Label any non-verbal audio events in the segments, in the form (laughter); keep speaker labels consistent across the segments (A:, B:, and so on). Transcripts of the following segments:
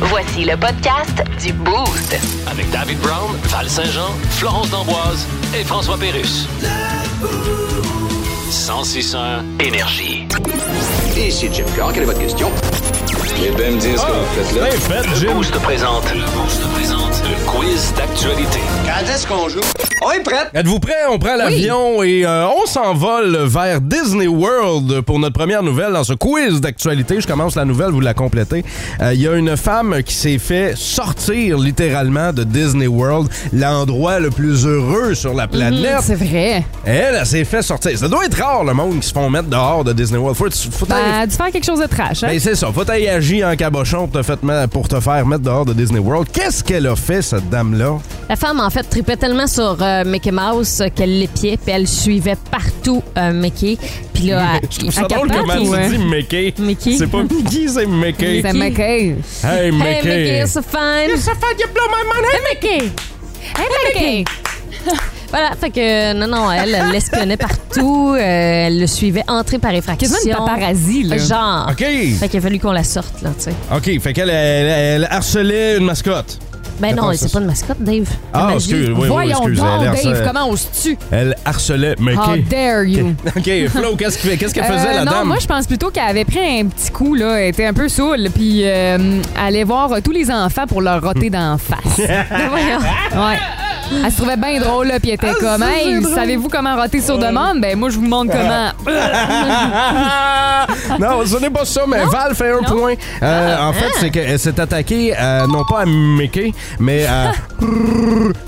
A: Voici le podcast du Boost.
B: Avec David Brown, Val Saint-Jean, Florence D'Amboise et François Pérus. 1061 énergie.
C: Ici Jim Carr, quelle est votre question?
D: Les ben me dire ce que vous faites là.
B: Le Boost présente. Le Boost présente. Le quiz d'actualité.
C: Quand est-ce qu'on joue? On est prêt!
D: Êtes-vous prêts? On prend l'avion et euh, on s'envole vers Disney World pour notre première nouvelle dans ce quiz d'actualité. Je commence la nouvelle, vous la complétez. Euh, Il y a une femme qui s'est fait sortir littéralement de Disney World, l'endroit le plus heureux sur la planète.
E: C'est vrai.
D: Elle, elle s'est fait sortir. Ça doit être rare le monde qui se font mettre dehors de Disney World. Faut, faut
E: Ben, tu faire quelque chose de trash, hein?
D: Ben, c'est ça, faut t'aller agir en cabochon pour te, fait ma- pour te faire mettre dehors de Disney World. Qu'est-ce qu'elle a fait, cette dame-là?
F: La femme, en fait, tripait tellement sur euh, Mickey Mouse euh, qu'elle l'épiait, puis elle suivait partout euh, Mickey. Puis là, elle-
D: Je trouve ça
F: elle
D: drôle
F: capote,
D: comment
F: ou,
D: elle
F: euh,
D: se dit Mickey.
F: Mickey.
D: C'est pas Mickey, c'est Mickey.
E: C'est Mickey.
D: Hey, Mickey.
F: Hey, Mickey, you're so fun!
D: Ça fait du blow my money.
F: Hey, Mickey! Hey, Mickey! (laughs) Voilà, fait que euh, non, non, elle elle l'espionnait partout, euh, elle le suivait entrée par effraction.
E: Quasiment une paparazzi, là.
F: Genre.
D: OK.
F: Fait qu'il a fallu qu'on la sorte, là, tu sais.
D: OK, fait qu'elle elle, elle harcelait une mascotte.
F: Ben
D: Attends,
F: non,
D: ça,
F: c'est pas une mascotte, Dave.
D: Ah,
F: Imagine.
D: excuse, oui, oui,
E: Voyons
D: excuse.
E: donc,
D: elle, harcelait-
E: Dave, comment oses-tu?
D: elle harcelait
E: How
D: Mickey.
E: dare you?
D: (laughs) OK, Flo, qu'est-ce qu'elle qu'est-ce qu'elle faisait,
E: Oh, Euh,
D: la
E: non,
D: dame?
E: moi, je pense plutôt qu'elle avait pris un petit coup, là. Elle était un peu saoule, puis euh, elle allait voir euh, tous les enfants pour leur roter d'en
D: (laughs)
E: face. (laughs) ouais. Elle se trouvait bien drôle, là, puis elle
D: Ah,
E: était comme, hey, savez-vous comment roter sur demande? Ben, moi, je vous montre comment.
D: (laughs) non, ce n'est pas ça, mais Val fait un point. Euh, en fait, c'est qu'elle s'est attaquée, euh, non pas à Mickey, mais à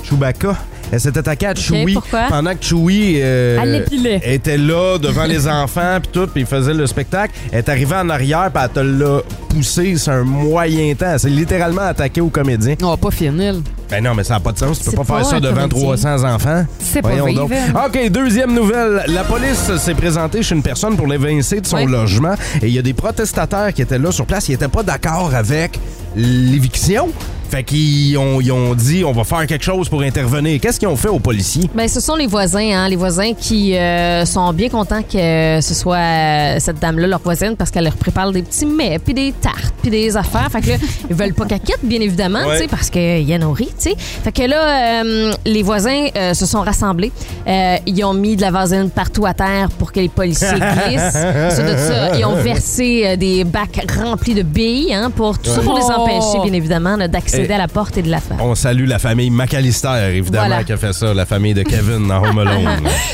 D: Chewbacca. Elle s'est attaquée à Chewie
F: pourquoi?
D: pendant que Chewie euh,
E: Elle l'épilait.
D: était là devant les enfants puis tout, puis il faisait le spectacle. Elle est arrivée en arrière puis elle te l'a poussé, c'est un moyen temps. Elle s'est littéralement attaquée aux comédiens.
E: On va pas finir.
D: Ben non, mais ça n'a pas de sens. Tu peux
F: C'est
D: pas,
F: pas
D: faire ça
F: un
D: devant
F: comédien.
D: 300 enfants.
E: C'est pas
D: donc.
E: vivant.
D: OK, deuxième nouvelle. La police s'est présentée chez une personne pour l'évincer de son
F: Ouais.
D: logement. Et il y a des protestataires qui étaient là sur place. Ils n'étaient pas d'accord avec l'éviction. Fait qu'ils ont, ils ont dit on va faire quelque chose pour intervenir. Qu'est-ce qu'ils ont fait aux policiers?
F: Ben, ce sont les voisins, hein, les voisins qui euh, sont bien contents que ce soit euh, cette dame-là, leur voisine, parce qu'elle leur prépare des petits mets, puis des tartes, puis des affaires. Fait que
D: (laughs)
F: là, ils veulent pas qu'elle quitte, bien évidemment,
D: Ouais.
F: tu sais, parce qu'il y a nourri, tu sais. Fait que là, euh, les voisins euh, se sont rassemblés. Euh, ils ont mis de la vaseline partout à terre pour que
D: (laughs)
F: les policiers glissent. Ensuite de ça, ils ont versé euh, des bacs remplis de billes, hein, pour tout ça pour les
E: Oh!
F: empêcher, bien évidemment, là, d'accéder
D: Et-
F: à la porte et de la faire.
D: On salue la famille McAllister, évidemment,
F: Voilà.
D: qui a fait ça, la famille de Kevin dans Home
E: (laughs)
D: Alone.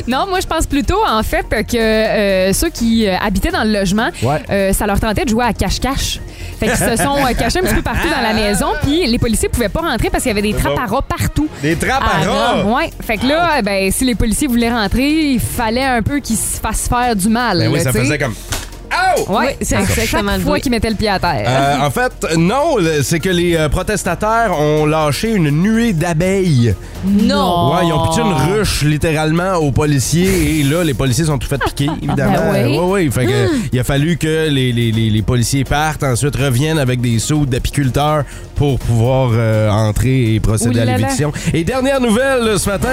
E: Non, moi, je pense plutôt, en fait, que euh, ceux qui euh, habitaient dans le logement,
D: Ouais.
E: euh, ça leur tentait de jouer à cache-cache. Fait qu'ils se sont euh, cachés un petit peu partout dans la maison, puis les policiers pouvaient pas rentrer parce qu'il y avait des
D: Ah! C'est bon.
E: trappes à rats partout.
D: Des trappes
E: Ah,
D: à rats!
E: non, ouais. Fait que là, ben, si les policiers voulaient rentrer, il fallait un peu qu'ils se fassent faire du mal.
D: Ben oui,
E: là,
D: ça
E: tu sais.
D: faisait comme. Oh!
E: Ouais, c'est
F: ça. Exactement
E: chaque
F: le
E: fois
F: bruit.
E: qu'ils mettaient le pied à terre.
D: Euh, en fait, non, le- c'est que les euh, protestataires ont lâché une nuée d'abeilles.
F: Non!
D: Ouais, ils ont pitché une
F: Oh.
D: ruche littéralement aux policiers et là, les policiers sont tout fait
F: (laughs)
D: piquer, évidemment.
F: Ben oui.
D: Ouais, ouais, fait que, il a fallu que les, les- les- les policiers partent, ensuite reviennent avec des sauts d'apiculteurs pour pouvoir euh, entrer et procéder
E: Ouh là
D: à
E: là.
D: l'éviction. Et dernière nouvelle euh, ce matin,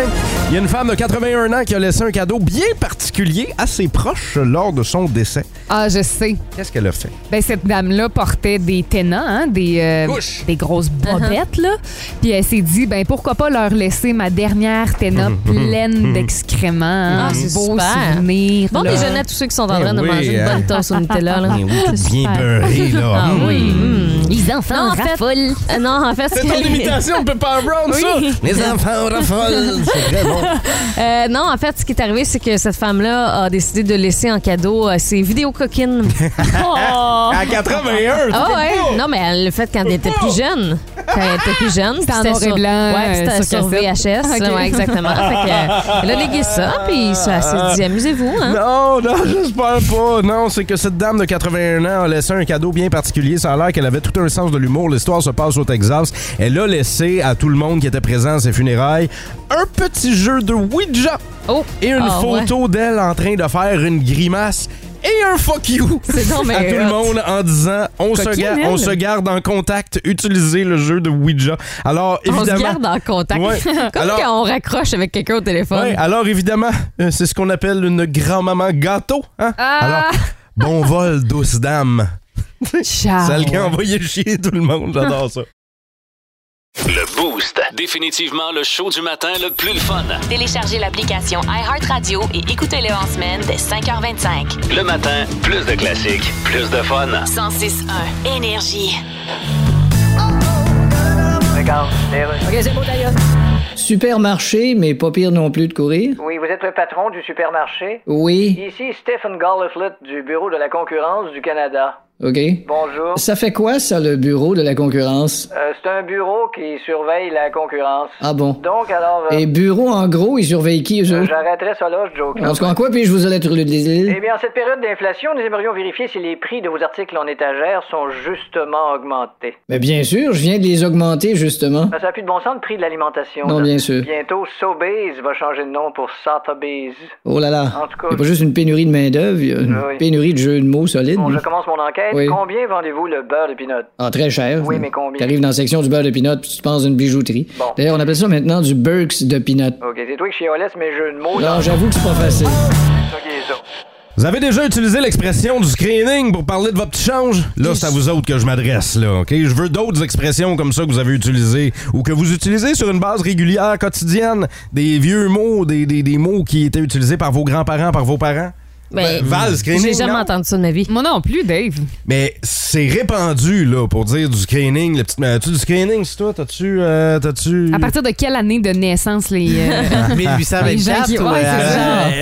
D: il y a une femme de 81 ans qui a laissé un cadeau bien particulier à ses proches lors de son décès.
E: Ah, je sais.
D: Qu'est-ce qu'elle a fait?
E: Ben, cette dame-là portait des ténants, hein, des, euh,
D: Couche.
E: des grosses
F: Uh-huh.
E: bobettes, là. Puis elle s'est dit, ben, pourquoi pas leur laisser ma dernière
D: (laughs)
E: téna
D: Mm-hmm.
E: pleine d'excréments, hein,
F: Ah, c'est
E: beaux
F: super.
E: souvenirs.
F: Bon
E: là.
F: déjeuner à tous ceux qui sont en
D: Eh
F: train de
D: oui,
F: manger une
D: hein.
F: bonne tasse au Nutella. Là.
D: Eh oui,
F: (laughs)
D: tout bien beurré, là. Hmm.
F: Ah oui.
E: Les enfants
F: Non, en fait, euh, non, en fait, ce
D: C'est ton
F: qu'elle-
D: imitation de Pepper Brown, ça! Les enfants raffolent! C'est très bon.
F: Euh, non, en fait, ce qui est arrivé, c'est que cette femme-là a décidé de laisser en cadeau euh, ses
D: (laughs)
F: vidéos coquines.
D: (laughs)
F: Oh!
D: À 81!
F: hein? Ah ouais? Non, mais elle le fait quand elle était plus jeune. quand elle était plus jeune.
E: C'était en
F: C'était
E: noir et
F: sur-
E: blanc,
F: Ouais, puis
E: euh,
F: c'était
E: sur
F: sur VHS.
E: cassette. Ok.
F: Ouais, exactement. fait que, euh, elle a légué ça, puis ça
D: (laughs)
F: s'est dit amusez-vous. Hein?
D: Non, non, j'espère pas. Non, c'est que cette dame de 81 ans a laissé un cadeau bien particulier. Ça a l'air qu'elle avait tout un sens de l'humour. L'histoire se passe au Texas. Elle a laissé à tout le monde qui était présent à ses funérailles un petit jeu de Ouija
F: Oh.
D: et une
F: Ah, ouais.
D: photo d'elle en train de faire une grimace et un fuck you
F: (laughs) C'est donc bien
D: à tout le
F: hot.
D: monde en disant on se,
E: Coquine,
D: ga-
E: elle.
D: on se garde en contact, utilisez le jeu de Ouija. Alors, évidemment.
F: On se garde en contact.
D: Ouais.
F: (laughs) Comme
D: Alors-
F: quand on raccroche avec quelqu'un au téléphone.
D: Ouais, ah, alors évidemment, euh, c'est ce qu'on appelle une grand-maman gâteau. Hein?
F: Ah!
D: Alors, bon vol, douce dame.
E: Ciao.
D: Celle qui a envoyé chier tout le monde, j'adore ça.
B: Le Boost. Définitivement le show du matin le plus le fun.
A: Téléchargez l'application iHeartRadio et écoutez-le en semaine dès 5h25.
B: Le matin, plus de classiques, plus de fun.
A: 106.1 Énergie.
G: Supermarché, mais pas pire non plus de courir.
H: Oui, vous êtes le patron du supermarché?
G: Oui,
H: Ici Stephen Garliflet du Bureau de la concurrence du Canada.
G: OK.
H: Bonjour.
G: Ça fait quoi, ça, le bureau de la concurrence?
H: Euh, c'est un bureau qui surveille la concurrence.
G: Ah bon.
H: Donc, alors, euh,
G: Et bureau, en gros, ils surveillent qui, eux
H: euh,
G: autres?
H: j'arrêterai ça là, je joke. là.
G: En tout cas, en quoi puis-je vous aller sur le
H: Eh
G: désir?
H: bien, en cette période d'inflation, nous aimerions vérifier si les prix de vos articles en étagère sont justement augmentés.
G: Mais bien sûr, je viens de les augmenter, justement.
H: Ben, ça n'a plus de bon sens, le prix de l'alimentation.
G: Non,
H: là.
G: bien sûr.
H: Bientôt, Sobeys va changer de nom pour Sotheby's.
G: Oh là
H: En
G: là.
H: tout cas, Ah
G: Il n'y a pas juste une pénurie de main-d'œuvre, il y a une
H: Oui.
G: pénurie de jeux de mots solides.
H: Bon, je commence mon enquête.
G: Oui.
H: Combien vendez-vous le beurre de pinot?
G: Ah, très cher.
H: Oui, mais combien?
G: T'arrives dans la section du beurre de pinot, puis tu te penses à une bijouterie.
H: Bon.
G: D'ailleurs, on appelle ça maintenant du Burks de pinot.
H: Ok, c'est toi qui chiolais mes jeux de mots.
G: Non, j'avoue que c'est pas facile.
H: Ça qui est ça.
D: Vous avez déjà utilisé l'expression du screening pour parler de votre petit change? Là, c'est à vous autres que je m'adresse, là, OK? Je veux d'autres expressions comme ça que vous avez utilisées ou que vous utilisez sur une base régulière, quotidienne, des vieux mots, des, des- des mots qui étaient utilisés par vos grands-parents, par vos parents.
F: Ben,
D: Val, screening,
F: J'ai jamais
D: non?
F: entendu ça de ma vie.
E: Moi non plus, Dave.
D: Mais c'est répandu, là, pour dire du screening. Le petit... Mais As-tu du screening, c'est toi? T'as-tu... euh, T'as-tu...
E: À partir de quelle année de naissance les.
D: (laughs)
E: euh,
D: Ah.
E: les gens qui-
I: 1824
E: ouais, c'est
F: Ah.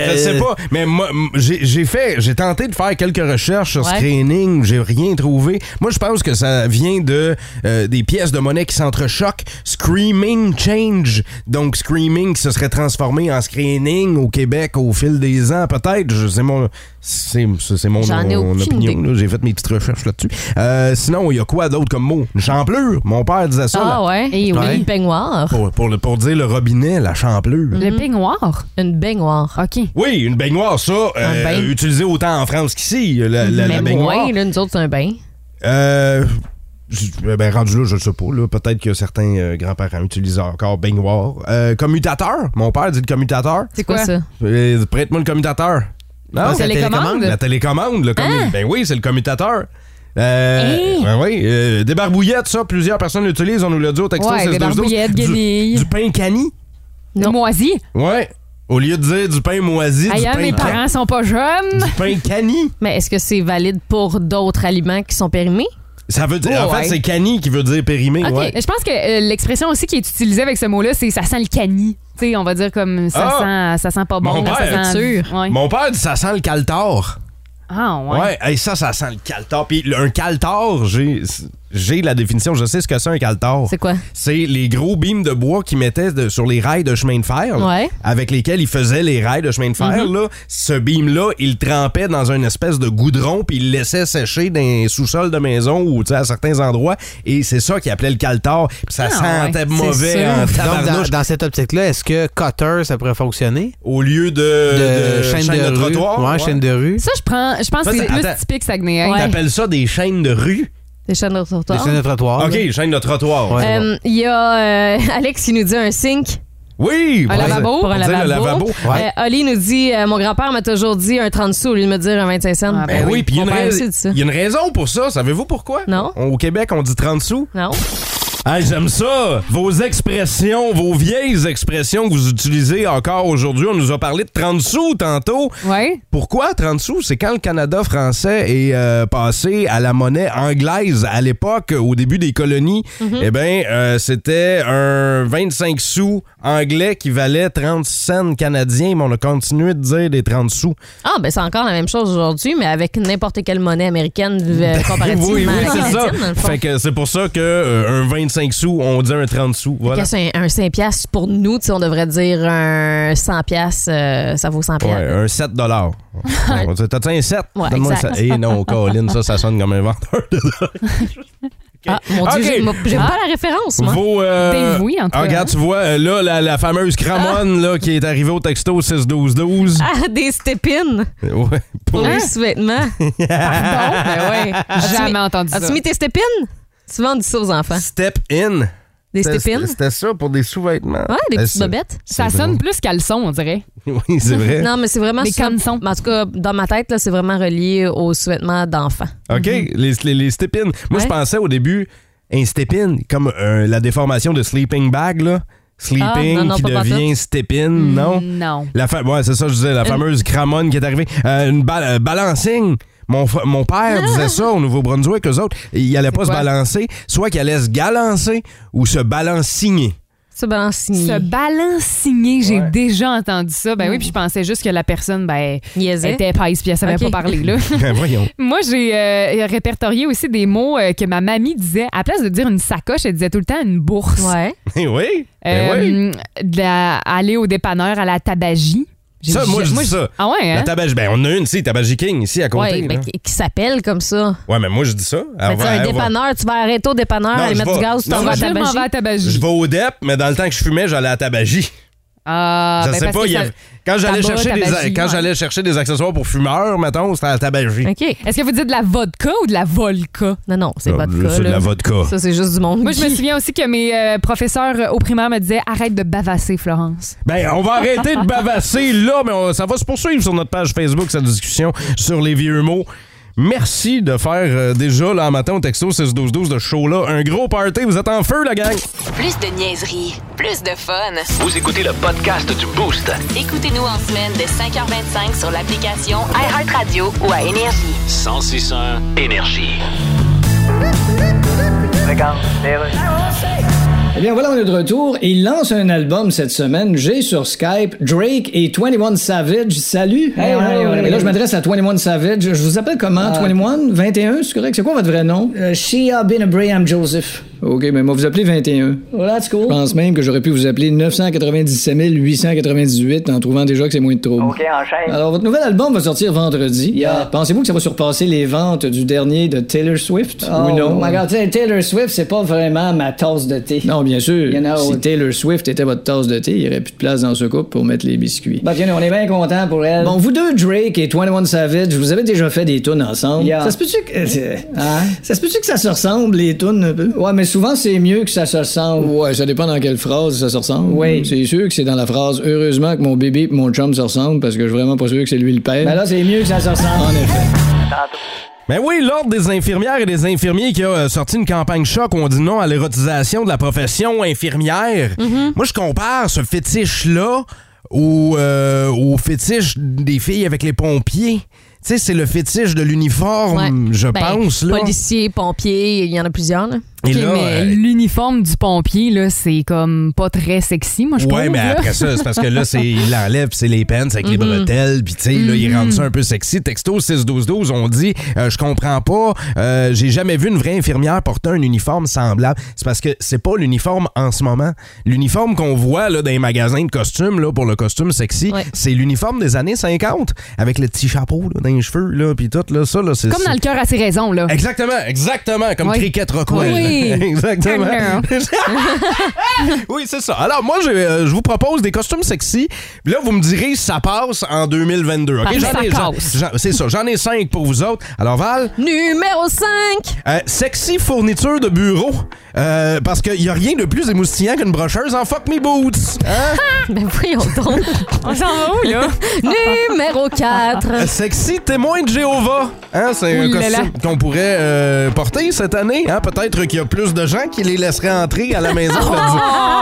E: ça.
D: Je sais pas, mais moi, m- j'ai j'ai fait, j'ai tenté de faire quelques recherches sur
F: Ouais.
D: screening, j'ai rien trouvé. Moi, je pense que ça vient de euh, des pièces de monnaie qui s'entrechoquent. Screaming change, donc screaming qui se serait transformé en screening au Québec au fil des ans, peut-être. Je- C'est mon, c'est c'est- c'est mon,
F: J'en ai
D: mon
F: aucune
D: opinion.
F: idée.
D: là. J'ai fait mes petites recherches là-dessus. Euh, sinon, il y a quoi d'autre comme mot Une champlure. Mon père disait ça.
F: Ah
D: là,
F: ouais?
E: Eh oui.
F: Une peignoir.
D: pour, pour, le- pour dire le robinet, la champlure.
F: Mm-hmm.
E: Le peignoir.
F: Une baignoire.
D: Ah,
E: OK.
D: Oui, une baignoire, ça, euh,
F: bain.
D: utilisé autant en France qu'ici, la, la- la
F: Mais
D: baignoire.
F: moins, là, nous autres, c'est un bain.
D: Euh, je- eh ben, rendu là, je le sais pas. là. Peut-être que certains euh, grands-parents utilisent encore baignoire. Euh, commutateur, mon père dit le commutateur.
F: C'est quoi,
E: quoi? Ah,
F: ça?
D: Euh, Prête-moi le commutateur. Non,
E: La télécommande?
D: La télécommande, le
E: Ah!
D: commu- Ben oui, c'est le commutateur. Euh, ben oui, euh, des barbouillettes, ça, plusieurs personnes l'utilisent, on nous l'a dit au texto
E: Ouais, des
D: 16
E: barbouillettes,
D: du,
E: guenilles.
D: du pain cani,
F: Non.
E: Moisi.
D: ouais. Au lieu de dire du pain moisi, du
E: Ailleurs,
D: pain,
E: mes
D: ca-
E: parents hein, sont pas jeunes.
D: du pain cani.
F: Mais est-ce que c'est valide pour d'autres aliments qui sont périmés?
D: Ça veut dire, en
E: Oh,
D: fait,
E: ouais.
D: c'est cani qui veut dire périmé. (laughs)
F: Ok.
D: ouais.
E: Je pense que euh, l'expression aussi qui est utilisée avec ce mot-là, c'est ça sent le cani. Tu sais, on va dire comme ça,
D: Ah!
E: sent, ça sent pas
D: Mon
E: bon,
D: père.
E: ça sent sûr. Ouais.
D: Mon père dit ça sent le caltar.
E: Ah, ouais.
D: Ouais, hey, ça, ça sent le caltar. Puis le- un caltar, j'ai, j'ai la définition, je sais ce que c'est un caltar.
F: C'est quoi?
D: C'est les gros beams de bois qu'ils mettaient de- sur les rails de chemin de fer, là,
F: Ouais.
D: avec lesquels ils faisaient les rails de chemin de
E: Mm-hmm.
D: fer. là. Ce beam-là, il le trempait dans une espèce de goudron, puis il le laissait sécher dans les sous-sols de maison ou tu sais, à certains endroits. Et c'est ça qu'ils appelait le caltar. Puis ça
E: Ah,
D: sentait
E: ouais, c'est
D: mauvais
E: sûr.
D: en
E: Donc,
I: Donc, dans,
D: tabarnouche.
I: dans cette optique-là, est-ce que cutter, ça pourrait fonctionner?
D: Au lieu de, de
I: rue.
D: trottoir.
I: ouais,
D: ouais.
I: chaîne de rue.
E: Ça, je prends. Je pense
D: Ça,
E: que c'est
D: c'est-
E: plus
D: attends.
E: typique saguenéen.
F: Ouais.
D: T'appelles ça des chaînes de rue?
F: Des chaînes de
I: Des
F: trottoir.
I: chaînes de trottoir. là.
D: OK, chaînes de trottoir.
I: Ouais.
F: Euh, Il y a euh, (laughs) Alex qui nous dit un sink.
D: Oui!
E: Un
D: bon,
E: lavabo?
F: Pour un
D: On dit le
F: lavabo.
D: lavabo.
I: Ouais.
F: Euh, Oli nous dit euh, Mon grand-père m'a toujours dit un 30 sous, au lieu de me dire un 25 cents.
E: Ah, ben
D: Ben oui, puis il y, a
F: Mon
D: une
F: père
D: rais-
F: aussi dit ça.
D: il y a une raison pour ça. Savez-vous pourquoi?
F: Non.
D: On- au Québec, on dit 30 sous.
F: Non.
D: Ah, j'aime ça! Vos expressions, vos vieilles expressions que vous utilisez encore aujourd'hui. On nous a parlé de 30 sous tantôt.
E: Ouais.
D: Pourquoi 30 sous? C'est quand le Canada français est euh, passé à la monnaie anglaise à l'époque, au début des colonies. Eh bien, c'était un 25 sous anglais qui valait 30 cents canadiens, mais on a continué de dire des 30 sous.
F: Ah, ben c'est encore la même chose aujourd'hui, mais avec n'importe quelle monnaie américaine euh, comparativement
D: Ben, oui, oui,
F: à la
D: c'est
F: canadienne, dans
D: ça.
F: le fond.
D: Fait que c'est pour ça que euh, un 25 25 sous, on dit un 30 sous. Voilà.
F: Qu'est-ce Un, un 5 piastres pour nous, tu sais, on devrait dire un 100 piastres, euh, ça vaut 100
D: Ouais,
F: piastres.
D: un 7
F: (laughs)
D: dollars. On va dire, T'as-tu un 7?
F: Ouais,
D: Donne-moi un
F: exact.
D: 7. Eh
F: (laughs)
D: non, Colin, ça, ça sonne comme un vendeur de
F: Ah, mon Dieu,
D: Ok.
F: j'ai- moi, j'ai
E: Ah.
F: pas la référence, moi.
D: Vos, euh,
E: Dévoué, en tout
D: ah,
E: cas,
F: hein.
D: Regarde, tu vois, euh, là, la, la fameuse cramone là, qui est arrivée au texto 6-12-12.
F: (laughs) Ah, Hein? des stépines
D: (laughs) Ouais, pour-
F: pour
D: (laughs)
F: les sous-vêtements.
E: Pardon? Ben ouais,
F: As-tu
E: jamais
F: mis-
E: entendu ça.
F: As-tu mis tes stépines? Tu vends ça aux enfants.
D: Step in.
F: Des
D: C'était-
F: stépines?
D: C'était ça pour des sous-vêtements.
F: Ouais, des
D: Euh,
F: petites
D: c'est-
F: bobettes.
E: Ça
D: c'est
E: sonne plus caleçon, on dirait.
D: Oui, c'est vrai. (laughs)
F: Non, mais c'est vraiment...
E: Des
F: ça.
E: canetons.
F: Mais En tout cas, dans ma tête, là, c'est vraiment relié aux sous-vêtements d'enfants.
D: OK, les, les, les step in. Moi, je
F: Mm-hmm. Ouais.
D: pensais au début, un step in, comme euh, la déformation de sleeping bag, là. Sleeping
F: Ah, non, non,
D: qui
F: pas Mm.
D: devient step in, non?
E: Non.
D: La fa- ouais, c'est ça, je disais, la fameuse cramone qui est arrivée. Euh, une ba- euh, balancing. Mon, fa- mon
F: (laughs)
D: père disait ça au Nouveau-Brunswick, eux autres. Il allait pas se
E: quoi?
D: balancer, soit qu'il allait se galancer ou se
F: (laughs)
D: balanciner.
F: Ça ben, balance
E: Ce
F: signé.
E: balance signé, j'ai déjà entendu ça.
F: Mm.
E: Ben oui, puis je pensais juste que la personne, ben,
F: Niaisait.
E: était épaisse, puis elle savait
F: Ok.
E: pas parler, là. (laughs)
D: (laughs) Ben, voyons.
E: Moi, j'ai euh, répertorié aussi des mots euh, que ma mamie disait. À la place de dire une sacoche, elle disait tout le temps une bourse.
F: Ouais.
D: Eh oui. ben
F: mm,
D: oui.
E: Euh, de la- aller au dépanneur à la tabagie. J'ai
D: Ça, moi,
E: ja-
D: je dis ça.
E: Ah ouais,
D: La
E: hein?
D: tabagie, ben, on en a une ici, Tabagie King, ici, à côté.
F: Ouais,
D: là.
F: ben, qui, qui s'appelle comme ça.
D: Ouais, mais moi, je dis ça.
F: Ben,
D: Elle
F: tu
D: va-
F: sais, un
D: elle va-
F: dépanneur, tu vas arrêter au dépanneur,
D: Non,
F: aller
D: je
F: mettre
D: vais-
F: du gaz, tu
D: non,
F: t'en
D: je
F: vas à
D: vais-
E: Je m'en vais à la
F: tabagie.
D: Je
E: tabagie.
D: vais au DEP, mais dans le temps que je fumais, j'allais à Tabagie.
E: Ah,
D: Je
E: ben
D: sais
E: parce
D: pas,
E: que
D: il y
E: ça-
D: avait- quand j'allais
E: tabac,
D: chercher, des...
E: tabagie,
D: quand
E: ouais.
D: j'allais chercher des accessoires pour fumeurs, mettons, c'était à la Tabagie.
F: OK.
E: Est-ce que vous dites de la vodka ou de la volca?
F: Non, non, c'est
D: Ah,
F: pas de
D: c'est
F: cas.
D: de la
F: là.
D: vodka.
F: Ça, c'est juste du monde.
E: Moi, je me souviens aussi que mes euh, professeurs euh, au primaire me disaient arrête de bavasser, Florence.
D: Ben, on va arrêter de bavasser là, mais on- ça va se poursuivre sur notre page Facebook, cette discussion sur les vieux mots. Merci de faire euh, déjà, là, en matin, au texto 6-12-12 de ce show-là, un gros party. Vous êtes en feu, la gang!
A: Plus de niaiserie, plus de fun.
B: Vous écoutez le podcast du Boost.
A: Écoutez-nous en semaine de 5h25 sur l'application iHeartRadio ou à Énergie.
B: 1061 Énergie.
G: Eh bien, voilà, on est de retour. Il lance un album cette semaine. J'ai sur Skype Drake et 21 Savage. Salut! Hey, hey, hey. Et là, je m'adresse à 21 Savage. Je vous appelle comment? 21? 21? C'est correct? C'est quoi votre vrai nom? Euh, Shia bin Abraham Joseph. OK, mais moi, vous appelez 21. that's cool. Je pense même que j'aurais pu vous appeler 997 898 en trouvant déjà que c'est moins de trop.
H: OK, enchaîne.
G: Alors, votre nouvel album va sortir vendredi. Pensez-vous que ça va surpasser les ventes du dernier de Taylor Swift ou non? Taylor Swift, c'est pas vraiment ma tasse de thé. Non, bien sûr. si Taylor Swift était votre tasse de thé, il n'y aurait plus de place dans ce couple pour mettre les biscuits. on est bien content pour elle. Bon, vous deux, Drake et 21 Savage, vous avez déjà fait des tunes ensemble. Ça se peut-tu que. euh, Ça se peut-tu que ça se ressemble, les tunes, un peu? Hein? Ouais, mais souvent, c'est mieux que ça se ressemble. Ouais, ça dépend dans quelle phrase ça se ressemble. Oui. C'est sûr que c'est dans la phrase Heureusement que mon bébé et mon chum se ressemblent parce que je suis vraiment pas sûr que c'est lui le père. Mais Ben là, c'est mieux que ça se ressemble. En effet.
D: Ben oui, l'Ordre des infirmières et des infirmiers qui a euh, sorti une campagne choc où on dit non à l'érotisation de la profession infirmière.
F: Mm-hmm.
D: Moi, je compare ce fétiche-là au, euh, au fétiche des filles avec les pompiers. Tu sais, c'est le fétiche de l'uniforme,
F: Ouais.
D: je
F: Ben,
D: pense. Là.
F: Policiers, pompiers, il y en a plusieurs. Là.
D: Et
E: Ok,
D: là,
E: mais
D: euh,
E: l'uniforme du pompier, là, c'est comme pas très sexy, moi, je trouve.
D: ouais, mais
E: là. Mm-hmm.
D: après ça, c'est parce que là,
E: (laughs)
D: c'est, il l'enlève, puis c'est les pants avec les bretelles, puis tu sais, là, il rend ça un peu sexy. Texto 6-12-12, on dit, euh, je comprends pas, euh, j'ai jamais vu une vraie infirmière porter un uniforme semblable. C'est parce que c'est pas l'uniforme en ce moment. L'uniforme qu'on voit, là, dans les magasins de costumes, là, pour le costume sexy,
F: Ouais.
D: c'est l'uniforme des années 50, avec le petit chapeau, là, dans les cheveux, là, puis tout, là, ça, là, c'est...
E: Comme dans le cœur à ses raisons, là.
D: Exactement, exactement, comme
E: Oui.
D: Cricket Rockwell.
E: Oui.
D: (laughs) exactement.
E: Hello.
D: (laughs) oui, c'est ça. Alors, moi, je, euh, je vous propose des costumes sexy. Puis là, vous me direz, ça passe en 2022. OK?
E: Parfait,
D: J'en ai-
E: ça
D: j'en-
E: casse.
D: j'en- C'est ça, j'en ai cinq pour vous autres. Alors, Val,
F: Numéro 5!
D: euh, sexy fourniture de bureau. Euh, parce qu'il n'y a rien de plus émoustillant qu'une brocheuse en fuck me boots. Hein?
F: Ben voyons donc.
E: (laughs) On s'en va où, là?
F: (laughs) Numéro 4.
D: Euh, Sexy témoin de Jéhovah. Hein, c'est un
E: Ouh là là.
D: costume qu'on pourrait euh, porter cette année. Hein, Peut-être qu'il y a plus de gens qui les laisseraient entrer à la maison le, di-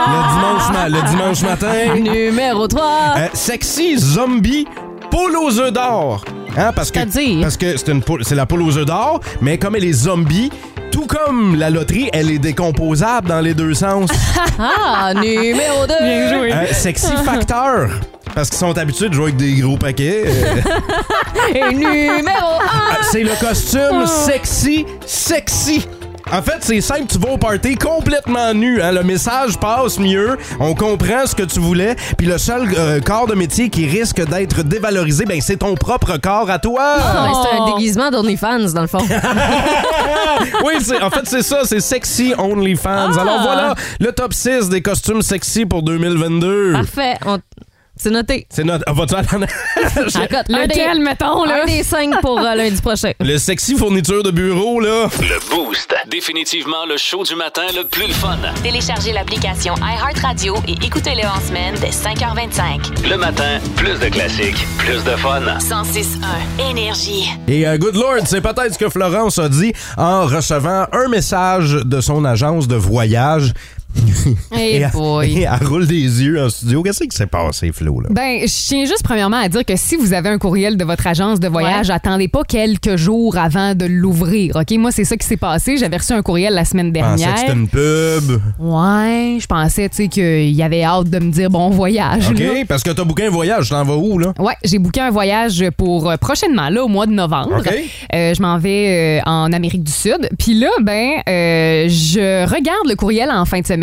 D: le dimanche, ma- le dimanche matin.
F: Numéro 3.
D: Euh, sexy zombie poule aux œufs d'or. Hein, parce que
F: C'est-à-dire?
D: parce que c'est une poule- c'est la poule aux œufs d'or, mais comme elle est zombie, tout comme la loterie, elle est décomposable dans les deux
E: (laughs)
D: sens.
F: Ah, numéro 2.
E: Bien joué.
D: Euh, sexy facteur. Parce qu'ils sont habitués de jouer avec des gros paquets. Euh,
F: Et numéro 1.
E: (laughs)
D: Ah,
F: Ah.
D: c'est le costume sexy, sexy. En fait, c'est simple, tu vas au party complètement nu. hein. Le message passe mieux, on comprend ce que tu voulais, puis le seul euh, corps de métier qui risque d'être dévalorisé, ben c'est ton propre corps à toi.
F: Ah, ben, c'est un
E: Oh.
F: déguisement d'OnlyFans, dans
D: (laughs)
F: le fond.
D: Ah, oui, c'est- en fait, c'est ça, c'est Sexy OnlyFans.
F: Ah.
D: Alors voilà, le top 6 des costumes sexy pour 2022.
F: Parfait. on- C'est noté.
D: C'est notre. ah, vas-tu aller en- (laughs)
F: À la cote. Un
E: Lequel,
F: des-
E: mettons, là?
F: Un des cinq pour euh, lundi prochain.
D: Le sexy fourniture de bureau, là.
B: Le Boost. Définitivement le show du matin le plus le fun.
A: Téléchargez l'application iHeartRadio et écoutez-le en semaine dès 5h25.
B: Le matin, plus de classiques, plus de fun.
A: 106.1 Énergie.
D: Et euh, Good Lord, c'est peut-être ce que Florence a dit en recevant un message de son agence de voyage.
E: Hey
D: et, elle, (laughs)
E: boy.
D: et elle roule des yeux en studio. Qu'est-ce qui s'est passé, Flo, là?
E: Ben, je tiens juste premièrement à dire que si vous avez un courriel de votre agence de voyage, attendez pas quelques jours avant de l'ouvrir. OK, moi c'est ça qui s'est passé, j'avais reçu un courriel la semaine
D: Je pensais
E: dernière.
D: que c'était une pub.
E: Ouais, je pensais tu sais qu'il y avait hâte de me dire bon voyage. là.
D: (laughs) OK? Parce que t'as bouqué un voyage, t'en vas où, là?
E: Ouais, j'ai booké un voyage pour euh, prochainement, là, au mois de novembre.
D: OK.
E: Euh, je m'en vais euh, en Amérique du Sud. Puis là, ben, euh, je regarde le courriel en fin de semaine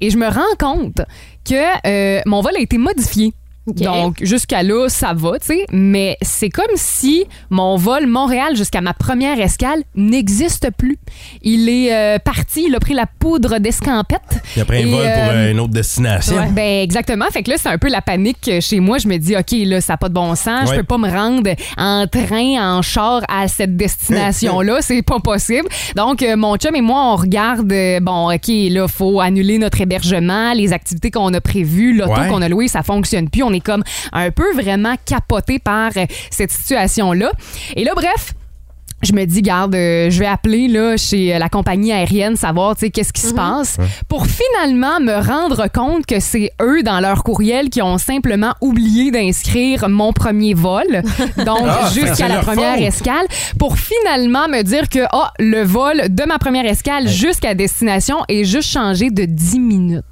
E: et je me rends compte que euh, mon vol a été modifié. Donc, jusqu'à là, ça va, tu sais. Mais c'est comme si mon vol Montréal jusqu'à ma première escale n'existe plus. Il est euh, parti, il a pris la poudre d'escampette.
D: Il a pris un
E: Et,
D: vol pour
E: euh,
D: euh, une autre destination.
E: Ouais. Ben exactement. Fait que là, c'est un peu la panique euh, chez moi. Je me dis, OK, là, ça n'a pas de bon sens.
D: Ouais.
E: Je peux pas me rendre en train, en char à
D: (laughs)
E: cette destination-là. c'est pas possible. Donc, euh, mon chum et moi, on regarde, euh, bon, OK, là, faut annuler notre hébergement, les activités qu'on a prévues, l'auto
D: Ouais.
E: qu'on a loué, ça fonctionne plus. On est comme un peu vraiment capoté par euh, cette situation-là. Et là, bref je me dis, garde, euh, je vais appeler là, chez euh, la compagnie aérienne, savoir tu sais, qu'est-ce qui se passe, pour finalement me rendre compte que c'est eux, dans leur courriel, qui ont simplement oublié d'inscrire mon premier vol, donc
D: Ah, fait que c'est
E: jusqu'à la
D: leur
E: première
D: faute.
E: escale, pour finalement me dire que ah, le vol de ma première escale jusqu'à destination est juste changé de 10 minutes.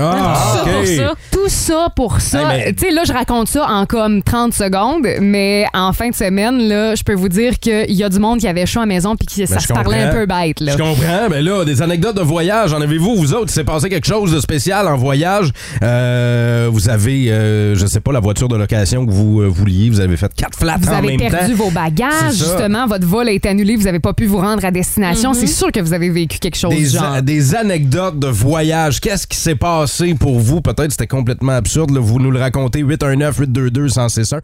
D: Ah,
F: Tout ça pour
D: OK.
F: ça.
E: Tout ça pour ça.
D: Hey, mais-
E: Tu sais, là, je raconte ça en comme 30 secondes, mais en fin de semaine, là, je peux vous dire qu'il y a du monde qui avait chaud à la maison puis que ça
D: je
E: se parlait un
D: comprends.
E: peu bête, là.
D: Je comprends, mais là, des anecdotes de voyage, en avez-vous, vous autres? Il s'est passé quelque chose de spécial en voyage. Euh, vous avez, euh, je sais pas, la voiture de location que vous euh, vouliez, vous avez fait quatre flats
E: Vous
D: en
E: avez
D: même
E: perdu
D: temps.
E: vos bagages,
D: C'est ça.
E: justement, votre vol a été annulé, vous n'avez pas pu vous rendre à destination. C'est sûr que vous avez vécu quelque chose.
D: Des,
E: genre.
D: a- des anecdotes de voyage. Qu'est-ce qui s'est passé pour vous? Peut-être c'était complètement absurde. là. Vous nous le racontez 819-822-1061.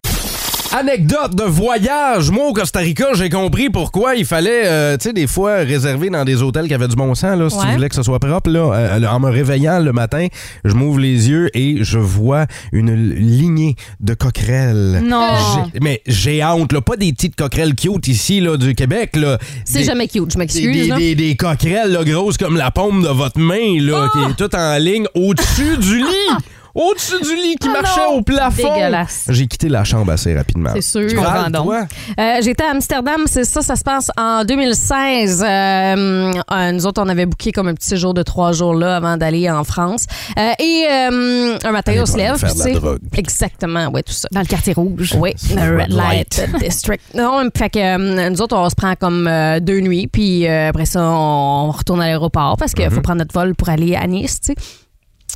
D: Anecdote de voyage. Moi, au Costa Rica, j'ai compris pourquoi il fallait, euh, tu sais, des fois réserver dans des hôtels qui avaient du bon sens, là, si tu
F: Ouais.
D: voulais que ce soit propre. Là, Euh, en me réveillant le matin, je m'ouvre les yeux et je vois une l- lignée de coquerelles.
E: Non.
D: J'ai- Mais géantes, là, pas des petites coquerelles cute ici là, du Québec. là.
F: C'est
D: Des-
F: jamais cute, je
D: des,
F: m'excuse.
D: des,
F: là.
D: des- des coquerelles là, grosses comme la paume de votre main,
F: Ah!
D: là, qui est toute en ligne au-dessus
F: (laughs)
D: du lit. Au-dessus du lit qui marchait au plafond.
F: Ah Dégueulasse.
D: J'ai quitté la chambre assez rapidement.
F: C'est sûr.
D: Tu
F: Je
D: parles,
E: comprends
D: toi?
F: Euh, J'étais à Amsterdam, c'est ça, ça se passe en 2016. Euh, euh, nous autres, on avait booké comme un petit séjour de trois jours là avant d'aller en France. Euh, et euh, un matin,
D: Allez,
F: on se
D: pas
F: lève.
D: faire
F: puis
D: de la
F: tu sais-
D: drogue.
F: Exactement, ouais, tout ça.
E: Dans le quartier rouge.
F: Oui, le Red Light
E: (laughs)
F: District. Non, fait que euh, nous autres, on se prend comme euh, deux nuits, puis euh, après ça, on retourne à l'aéroport parce
D: Mhm.
F: qu'il faut prendre notre vol pour aller à Nice, tu sais.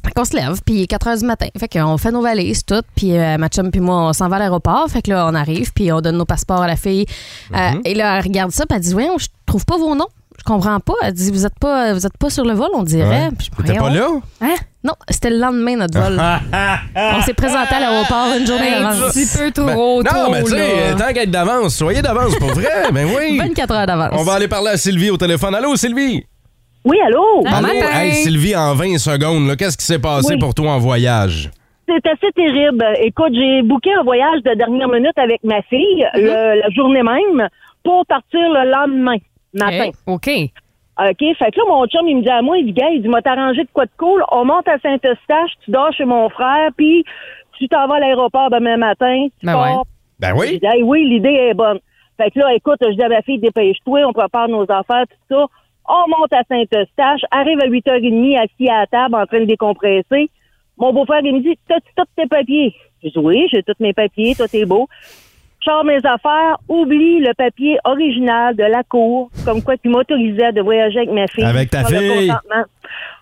F: Fait qu'on se lève, puis il est 4 heures du matin. Fait qu'on fait nos valises, tout. Puis euh, ma chum, puis moi, on s'en va à l'aéroport. Fait que là, on arrive, puis on donne nos passeports à la fille. Euh,
D: Mhm.
F: et là, elle regarde ça, puis elle dit Ouais, je trouve pas vos noms. Je comprends pas. Elle dit Vous êtes pas, vous êtes pas sur le vol, on dirait.
D: Ouais.
F: Puis je dis,
D: T'étais pas
F: Voyons.
D: là?
F: (laughs) Non, c'était le lendemain, notre
D: (laughs)
F: vol. on s'est présenté à l'aéroport une journée
E: Un
F: avant.
E: petit peu trop,
D: Ben, non,
E: trop,
D: mais tu sais, euh,
E: là.
D: tant qu'à être d'avance, soyez d'avance pour
F: (laughs)
D: vrai. ben oui.
F: 24 heures d'avance.
D: On va aller parler à Sylvie au téléphone. Allô, Sylvie?
J: Oui, allô?
E: Bon
D: Allô?
E: matin.
D: Hey, Sylvie, en 20 secondes, là, qu'est-ce qui s'est passé
J: Oui.
D: pour toi en voyage?
J: C'est assez terrible. Écoute, j'ai booké un voyage de dernière minute avec ma fille le- la journée même pour partir le lendemain matin.
E: OK.
J: OK? Fait que là, mon chum, il me dit à moi, il dit, gars, il dit, m'a t'arrangé de quoi de cool? On monte à Saint-Eustache, tu dors chez mon frère, puis tu t'en vas à l'aéroport demain matin. Tu
E: Ben
J: pars.
E: ouais.
D: Ben
J: Je
D: oui.
J: dis, Hey, oui, l'idée est bonne. Fait que là, écoute, je dis à ma fille, dépêche-toi, on prépare nos affaires, tout ça. On monte à Saint-Eustache, arrive à 8h30, assis à la table, en train de décompresser. Mon beau-frère, il me dit, t'as-tu tous tes papiers? Je dis, oui, j'ai tous mes papiers, tout est beau. Je sors mes affaires, oublie le papier original de la cour, comme quoi tu m'autorisais de voyager avec ma fille.
D: Avec ta
J: Sur le
D: fille.
J: consentement.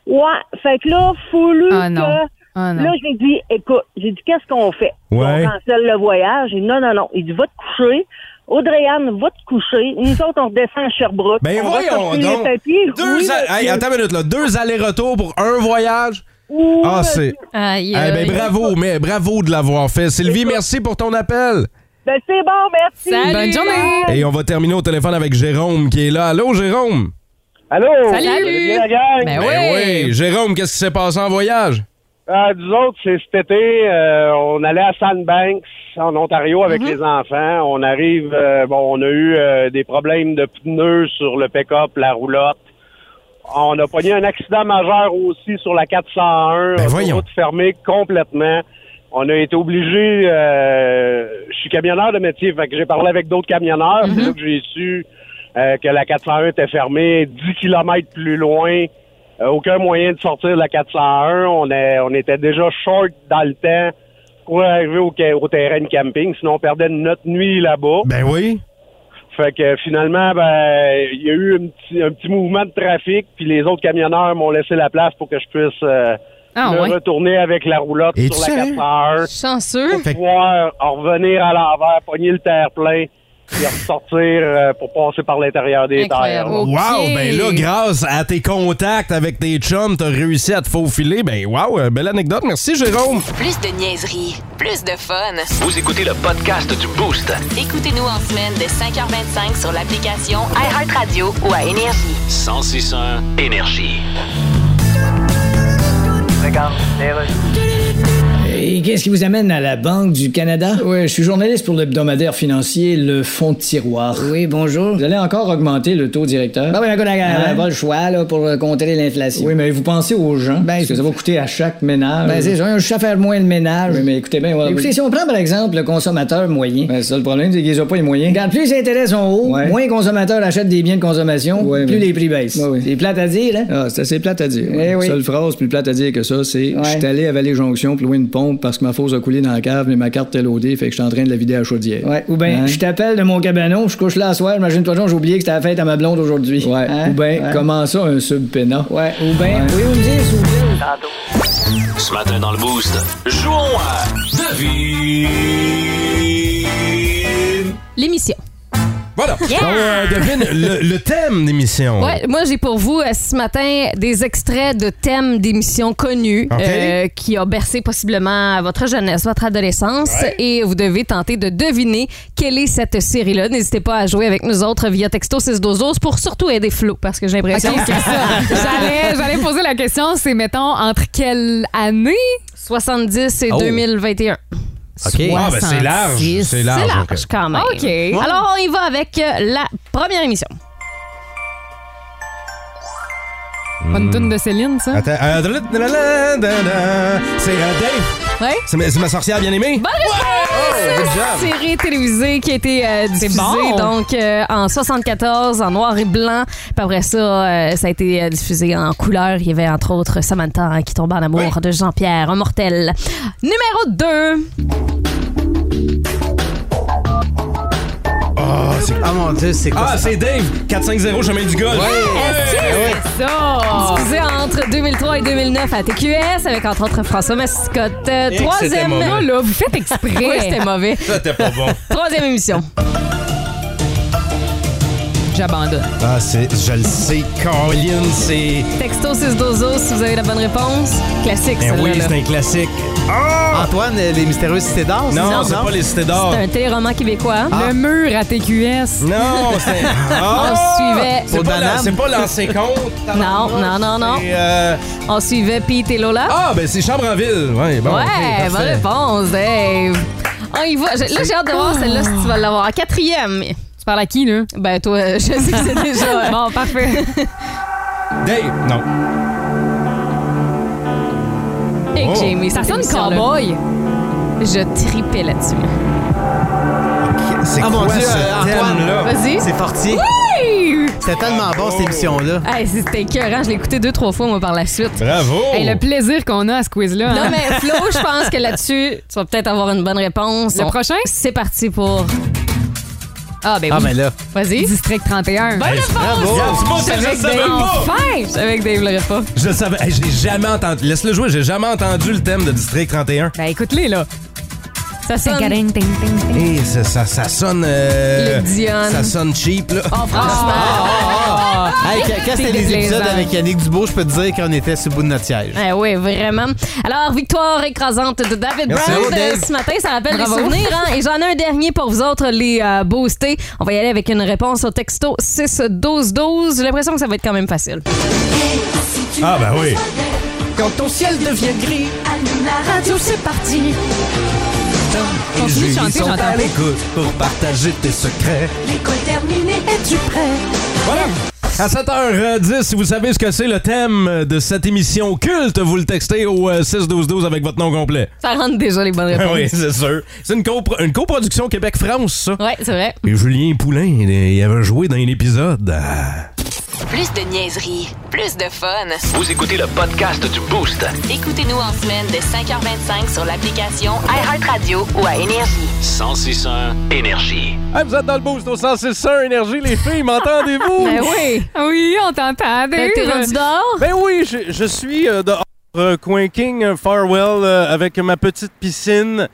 J: Ouais, fait que là, foulu
E: Ah non.
J: que...
E: Ah non.
J: Là, j'ai dit, écoute, j'ai dit, qu'est-ce qu'on fait?
D: Ouais.
J: On cancelle le voyage. Il dit, non, non, non. Il dit, va te coucher. Audrey-Anne, va te coucher. Nous autres, on redescend à Sherbrooke.
D: Ben
J: on va
D: voyons
J: sortir
D: donc.
J: les papiers.
D: Deux
J: Oui,
D: a- hey,
J: monsieur.
D: attends une minute, là. Deux allers-retours pour un voyage.
J: Oui,
D: Ah,
J: monsieur.
D: c'est. Eh ben, bravo, mais bravo de l'avoir fait. Sylvie, merci pour ton appel.
J: Ben, c'est bon, merci.
E: Salut. Bonne journée.
D: Et on va terminer au téléphone avec Jérôme qui est là. Allô, Jérôme?
K: Allô?
E: Salut.
K: La gang?
F: Eh
D: Ben
E: Ben oui.
D: oui. Jérôme, qu'est-ce qui s'est passé en voyage?
K: Ah, nous autres, c'est cet été, euh, on allait à Sandbanks, en Ontario, avec
D: Mhm.
K: les enfants. On arrive, euh, bon, on a eu euh, des problèmes de pneus sur le pick-up, la roulotte. On a pogné un accident majeur aussi sur la 401.
D: Ben
K: autoroute
D: voyons.
K: fermée complètement. On a été obligé, euh, je suis camionneur de métier, fait que j'ai parlé avec d'autres
D: Mhm.
K: camionneurs. C'est là que j'ai su euh, que la 401 était fermée 10 kilomètres plus loin. Euh, aucun moyen de sortir de la 401. On, est, on était déjà short dans le temps pour arriver au, ca- au terrain de camping, sinon on perdait notre nuit là-bas.
D: Ben oui.
K: Fait que finalement, ben, il y a eu un petit, un petit mouvement de trafic, puis les autres camionneurs m'ont laissé la place pour que je puisse euh,
D: Ben,
E: Ah,
K: me
E: ouais.
K: retourner avec la roulotte
D: Es-tu
K: sur la
D: sérieux?
K: 401
F: Chanceux.
K: pour pouvoir en revenir à l'envers, pogner le terre-plein, puis ressortir euh, pour passer par l'intérieur des
F: Incroyable.
K: terres.
E: Ok.
D: Wow, ben là, grâce à tes contacts avec tes chums, t'as réussi à te faufiler. Ben wow, euh, belle anecdote. Merci, Jérôme.
A: Plus de niaiserie, plus de fun.
B: Vous écoutez le podcast du Boost.
A: Écoutez-nous en semaine de 5h25 sur l'application iHeartRadio ou à Énergie.
B: 1061 Énergie.
G: Et qu'est-ce qui vous amène à la Banque du Canada? Oui, je suis journaliste pour l'hebdomadaire financier Le Fonds de Tiroir. Oui, bonjour. Vous allez encore augmenter le taux directeur? Ben oui, écoute,
L: on a
G: pas le choix là, pour
L: euh,
G: contrer l'inflation. Oui, mais vous pensez aux gens? Ben, parce que ça va coûter à chaque ménage.
L: Ben, c'est
G: ça, je sais faire moins le ménage. Oui, mais écoutez bien, ouais,
L: Écoutez,
G: oui.
L: si on prend par exemple le consommateur moyen,
G: Ben, c'est ça le problème, c'est qu'ils n'ont pas les moyens.
L: quand plus les intérêts sont hauts,
G: Ouais.
L: moins les consommateurs achètent des biens de consommation,
G: Ouais,
L: plus
G: mais-
L: les prix baissent.
G: Ouais, ouais.
L: C'est plate à dire, hein?
G: Ah, c'est assez plate à dire.
L: Eh oui.
G: Seule phrase plus plate à dire que ça, c'est
L: Ouais.
G: Je suis allé à Vallée-Jonction pour louer une pompe parce que ma fosse a coulé dans la cave, mais ma carte est loadée, fait que je suis en train de la vider à la chaudière.
L: Ouais. Ou bien,
G: Hein?
L: je t'appelle de mon cabanon, je couche là à soir, imagine-toi donc, j'ai oublié que c'était la fête à ma blonde aujourd'hui.
G: Ouais.
L: Hein?
G: Ou bien,
L: Ouais.
G: comment ça, un subpénat?
L: Ouais. Ou bien, pouvez-vous me dire, s'il vous plaît?
B: Ce matin dans le Boost, jouons à Devine.
F: L'émission.
D: Voilà.
F: Yeah!
D: Donc, euh, devine le, le thème d'émission.
F: Ouais, moi j'ai pour vous euh, ce matin des extraits de thèmes d'émissions connues
D: Ok.
F: euh, qui ont bercé possiblement votre jeunesse, votre adolescence et vous devez tenter de deviner quelle est cette série-là. N'hésitez pas à jouer avec nous autres via texto 612 pour surtout aider Flo parce que j'ai l'impression
E: Ok,
F: que
E: c'est ça. J'allais, j'allais poser la question, c'est mettons entre quelle année?
F: 70 et
D: Oh.
F: 2021.
D: OK. Ah, ben, c'est large. C'est large. hein.
F: C'est large
D: ok.
F: quand même.
E: OK.
F: Alors on y va avec euh, la première émission.
E: Pas une toune de Céline, ça?
D: Attends. euh, da- da- da- da- da- da- C'est euh, Dave.
F: Ouais.
D: C'est ma, c'est ma sorcière bien-aimée.
F: Bonne réponse!
D: good job.
F: série télévisée qui a été euh, diffusée
E: bon.
F: donc euh, en 74 en noir et blanc. Puis après ça, euh, ça a été euh, diffusé en couleur. Il y avait entre autres Samantha hein, qui tombe en amour de Jean-Pierre, un mortel. Numéro 2.
D: Ah, c'est-
I: Ah mon dieu, c'est quoi
D: Ah, c'est Dave. 450 chemin du golf.
E: Ça!
F: Diffusée entre 2003 et 2009 à TQS avec entre autres François Mascotte. Euh,
D: Et que c'était
F: Troisième.
D: mauvais.
E: Ah, là, vous faites
F: (laughs)
E: exprès.
F: Oui, c'était mauvais.
D: Ça, t'es pas bon.
F: Troisième émission.
E: J'abandonne.
D: Ah, c'est. Je le sais, Colin, c'est.
F: Texto 612 si vous avez la bonne réponse. Classique,
D: Ben
F: celle-là.
D: oui,
F: là.
D: c'est un classique. Ah!
I: Antoine, euh, les mystérieux cités d'or? c'est
D: Non,
I: ça,
D: c'est pas les cités d'or.
F: C'est un téléroman québécois.
D: Ah.
E: Le mur à TQS.
D: Non, c'est. Ah!
F: On suivait.
D: C'est
I: Au
D: pas la-
I: Danam.
D: C'est pas l'ancien compte.
F: Non, non, non, non.
D: C'est, euh,
F: On suivait Pete et Lola.
D: Ah, ben c'est Chambre en ville. Ouais, bon.
F: ouais,
D: Oh, ok,
F: bonne
D: parfait.
F: réponse, Dave. On y va. Je- Là, j'ai hâte de voir celle-là si tu vas l'avoir. En Quatrième.
E: Tu parles à qui, là?
F: Ben, toi, je sais que
E: (laughs)
F: c'est déjà.
E: Bon, parfait.
D: Dave, non.
F: Et
D: Oh.
F: Jamie,
E: Ça
F: cette
E: sonne
F: émission-là.
E: cowboy.
F: Je tripais là-dessus.
D: C'est
I: Ah, mon
D: quoi
I: Dieu,
D: ce
I: euh, Antoine.
D: thème-là?
F: Vas-y.
I: C'est Fortier.
F: Hey!
I: C'était tellement bon, cette émission-là.
F: Hey, c'était écœurant. Ah, Je l'ai écouté deux, trois fois, moi, par la suite.
D: Bravo!
E: Hey, le plaisir qu'on a à ce quiz-là.
F: Non,
E: hein.
F: mais Flo, je pense que là-dessus, tu vas peut-être avoir une bonne réponse.
E: Le
F: On-
E: prochain?
F: C'est parti pour
E: Ah, ben oui.
I: Ah, ben là.
E: Vas-y. District 31.
I: Bonne Hey, réponse! bravo!
F: Oh,
D: Moi, je
E: J'avais
D: le
E: Dave
D: savais pas.
E: Enfin, je savais que Dave l'aurait pas.
D: Je le savais. Hey, j'ai jamais entendu. Laisse-le jouer, j'ai jamais entendu le thème de District 31.
E: Ben écoute-les, là. Ça sonne.
D: Et Eh, ça, ça, ça sonne. euh,
E: Le Dion.
D: Ça sonne cheap, là.
E: Oh, franchement.
I: Ah, Hey,
D: (laughs)
I: quand- quand c'était les épisodes avec Yannick Dubois, je peux te dire qu'on était sur le bout de notre siège.
F: Eh oui, vraiment. Alors, victoire écrasante de David
I: Merci.
F: Brown
I: Bravo,
F: euh,
I: Dave.
F: ce matin. Ça rappelle
E: Bravo.
F: des souvenirs. hein. Et j'en ai un dernier pour vous autres, les euh, boostés. On va y aller avec une réponse au texto 6-12-12. J'ai l'impression que ça va être quand même facile.
D: Ah, ben oui.
I: Quand ton ciel devient gris,
M: allume la radio, c'est parti.
I: les
M: Continue de
I: jurys
M: chanter,
I: sont
M: j'entends
I: à
M: pas.
I: l'écoute pour partager tes secrets.
M: L'école terminée, es-tu prêt?
D: Voilà. À 7h10, si vous savez ce que c'est le thème de cette émission culte, vous le textez au euh, 6-12-12 avec votre nom complet.
F: Ça rentre déjà les bonnes réponses.
D: Ah (laughs) oui, c'est sûr. C'est une, copro- une coproduction Québec-France, ça.
F: Ouais, c'est vrai.
D: Et Julien Poulain, il- il avait joué dans un épisode. Ah.
A: Plus de niaiserie, plus de fun.
B: Vous écoutez le podcast du Boost.
A: Écoutez-nous en semaine de 5h25 sur l'application iHeartRadio ou à Énergie.
B: 1061 Énergie.
D: Hey, Ah, vous êtes dans le boost au 106.1 Énergie, les filles, m'entendez-vous?
F: (laughs)
E: Ben oui. Oui, on t'entend, Dave.
F: Euh, t'es rendu dehors?
D: (laughs) Ben oui, je, je suis euh, dehors, euh, coin King euh, Farewell, euh, avec ma petite piscine.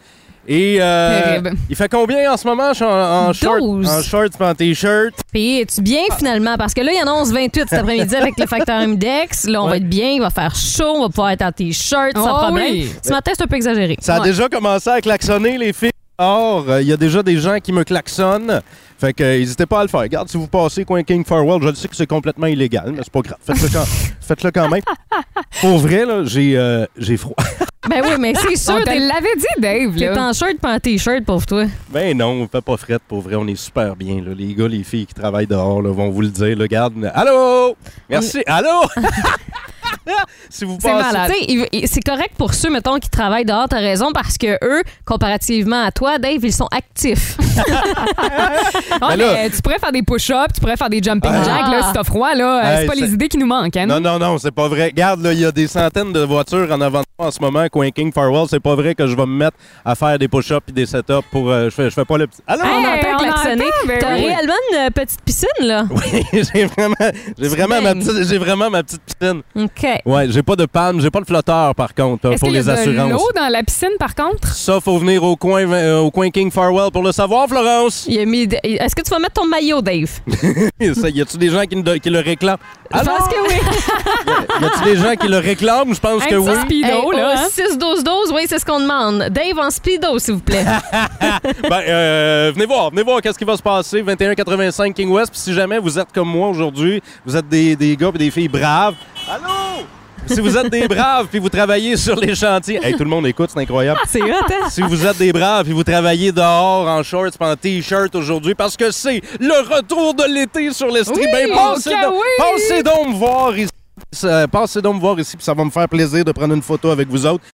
D: Et euh,
F: Terrible.
D: il fait combien en ce moment? Je suis en, en short,
F: 12.
D: en shorts, puis en t-shirt.
F: Puis, es-tu bien finalement? Parce que là, il annonce 28 cet après-midi avec le facteur Index. Là, on va être bien, il va faire chaud, on va pouvoir être en T-shirt, sans
E: Oh
F: problème.
E: oui.
F: Ce matin, c'est un peu exagéré.
D: Ça a
F: Ouais.
D: déjà commencé à klaxonner, les filles. Or, euh, il y a déjà des gens qui me klaxonnent. Fait que, euh, n'hésitez pas à le faire. Regarde, si vous passez coin King Farewell, je le sais que c'est complètement illégal, mais c'est pas grave. Faites-le quand, (laughs) faites-le quand même. Pour vrai, là, j'ai, euh, j'ai froid.
F: Ben oui, mais c'est
E: On
F: sûr,
E: te
F: t'es
E: l'avait dit, Dave,
F: t'es
E: là.
F: en shirt, pas en T-shirt, pauvre toi.
D: Ben non, fait pas frette, pour vrai, on est super bien. là. Les gars, les filles qui travaillent dehors là, vont vous le dire. là. Regarde, allô! Merci,
E: (laughs)
D: allô! (laughs) si vous
F: C'est
D: passez...
F: malade. Tu sais, il- il- C'est correct pour ceux, mettons, qui travaillent dehors, t'as raison, parce que eux, comparativement à toi, Dave, ils sont actifs.
E: Ah,
D: Ben là-
E: mais tu pourrais faire des push-ups, tu pourrais faire des jumping
F: Ah.
E: jacks, là, si t'as froid, là. Euh,
D: Hey,
E: c'est pas
D: c'est-
E: les idées qui nous manquent, hein?
D: Non, non, non, c'est pas vrai. Regarde, là, il y a des centaines de voitures en avant de moi en ce moment, coin King Farewell. C'est pas vrai que je vais me mettre à faire des push-ups et des setups pour. euh, je, fais, je fais pas le petit. Allô?
F: on
E: (laughs) Hey,
F: entend
E: on
F: klaxonner.
E: entend, ben
F: T'as
E: oui.
F: réellement une euh, petite piscine, là?
D: (laughs) Oui, j'ai vraiment, j'ai vraiment, ma
F: dingue.
D: petite, j'ai vraiment ma petite piscine.
F: OK.
D: Ouais, j'ai pas de palme, j'ai pas le flotteur par contre euh,
E: Est-ce
D: pour
E: qu'il y a
D: les
E: de
D: assurances.
E: l'eau dans la piscine, par contre?
D: Ça, faut venir au coin, euh, au coin King Farewell pour le savoir, Florence.
F: Il a mis. Est-ce que tu vas mettre ton maillot, Dave?
D: Ça, y a-tu des gens qui, ne- qui le réclament?
F: Je
D: Allô? (laughs)
F: pense que oui.
D: Y a-tu des gens qui le réclament? Je pense
E: Un
D: que
E: petit
D: oui.
E: speedo,
F: Hey, oh,
E: là.
F: au
E: hein?
F: 6-12-12, oui, c'est ce qu'on demande. Dave en speedo, s'il
E: (laughs)
F: vous plaît.
D: Ben, euh, venez voir, venez voir qu'est-ce qui va se passer. 2185 King West. Puis si jamais vous êtes comme moi aujourd'hui, vous êtes des, des gars et des filles braves. Allô? Si vous êtes des braves puis vous travaillez sur les chantiers. Hey, tout le monde écoute, c'est incroyable.
F: c'est hot, hein?
D: (laughs) Si vous êtes des braves et vous travaillez dehors en shorts pis en t-shirt aujourd'hui parce que c'est le retour de l'été sur les streets,
E: Oui,
D: ben passez,
E: ok,
D: donc-
E: oui.
D: passez donc me voir ici. Euh, passez donc me voir ici, puis ça va me faire plaisir de prendre une photo avec vous autres.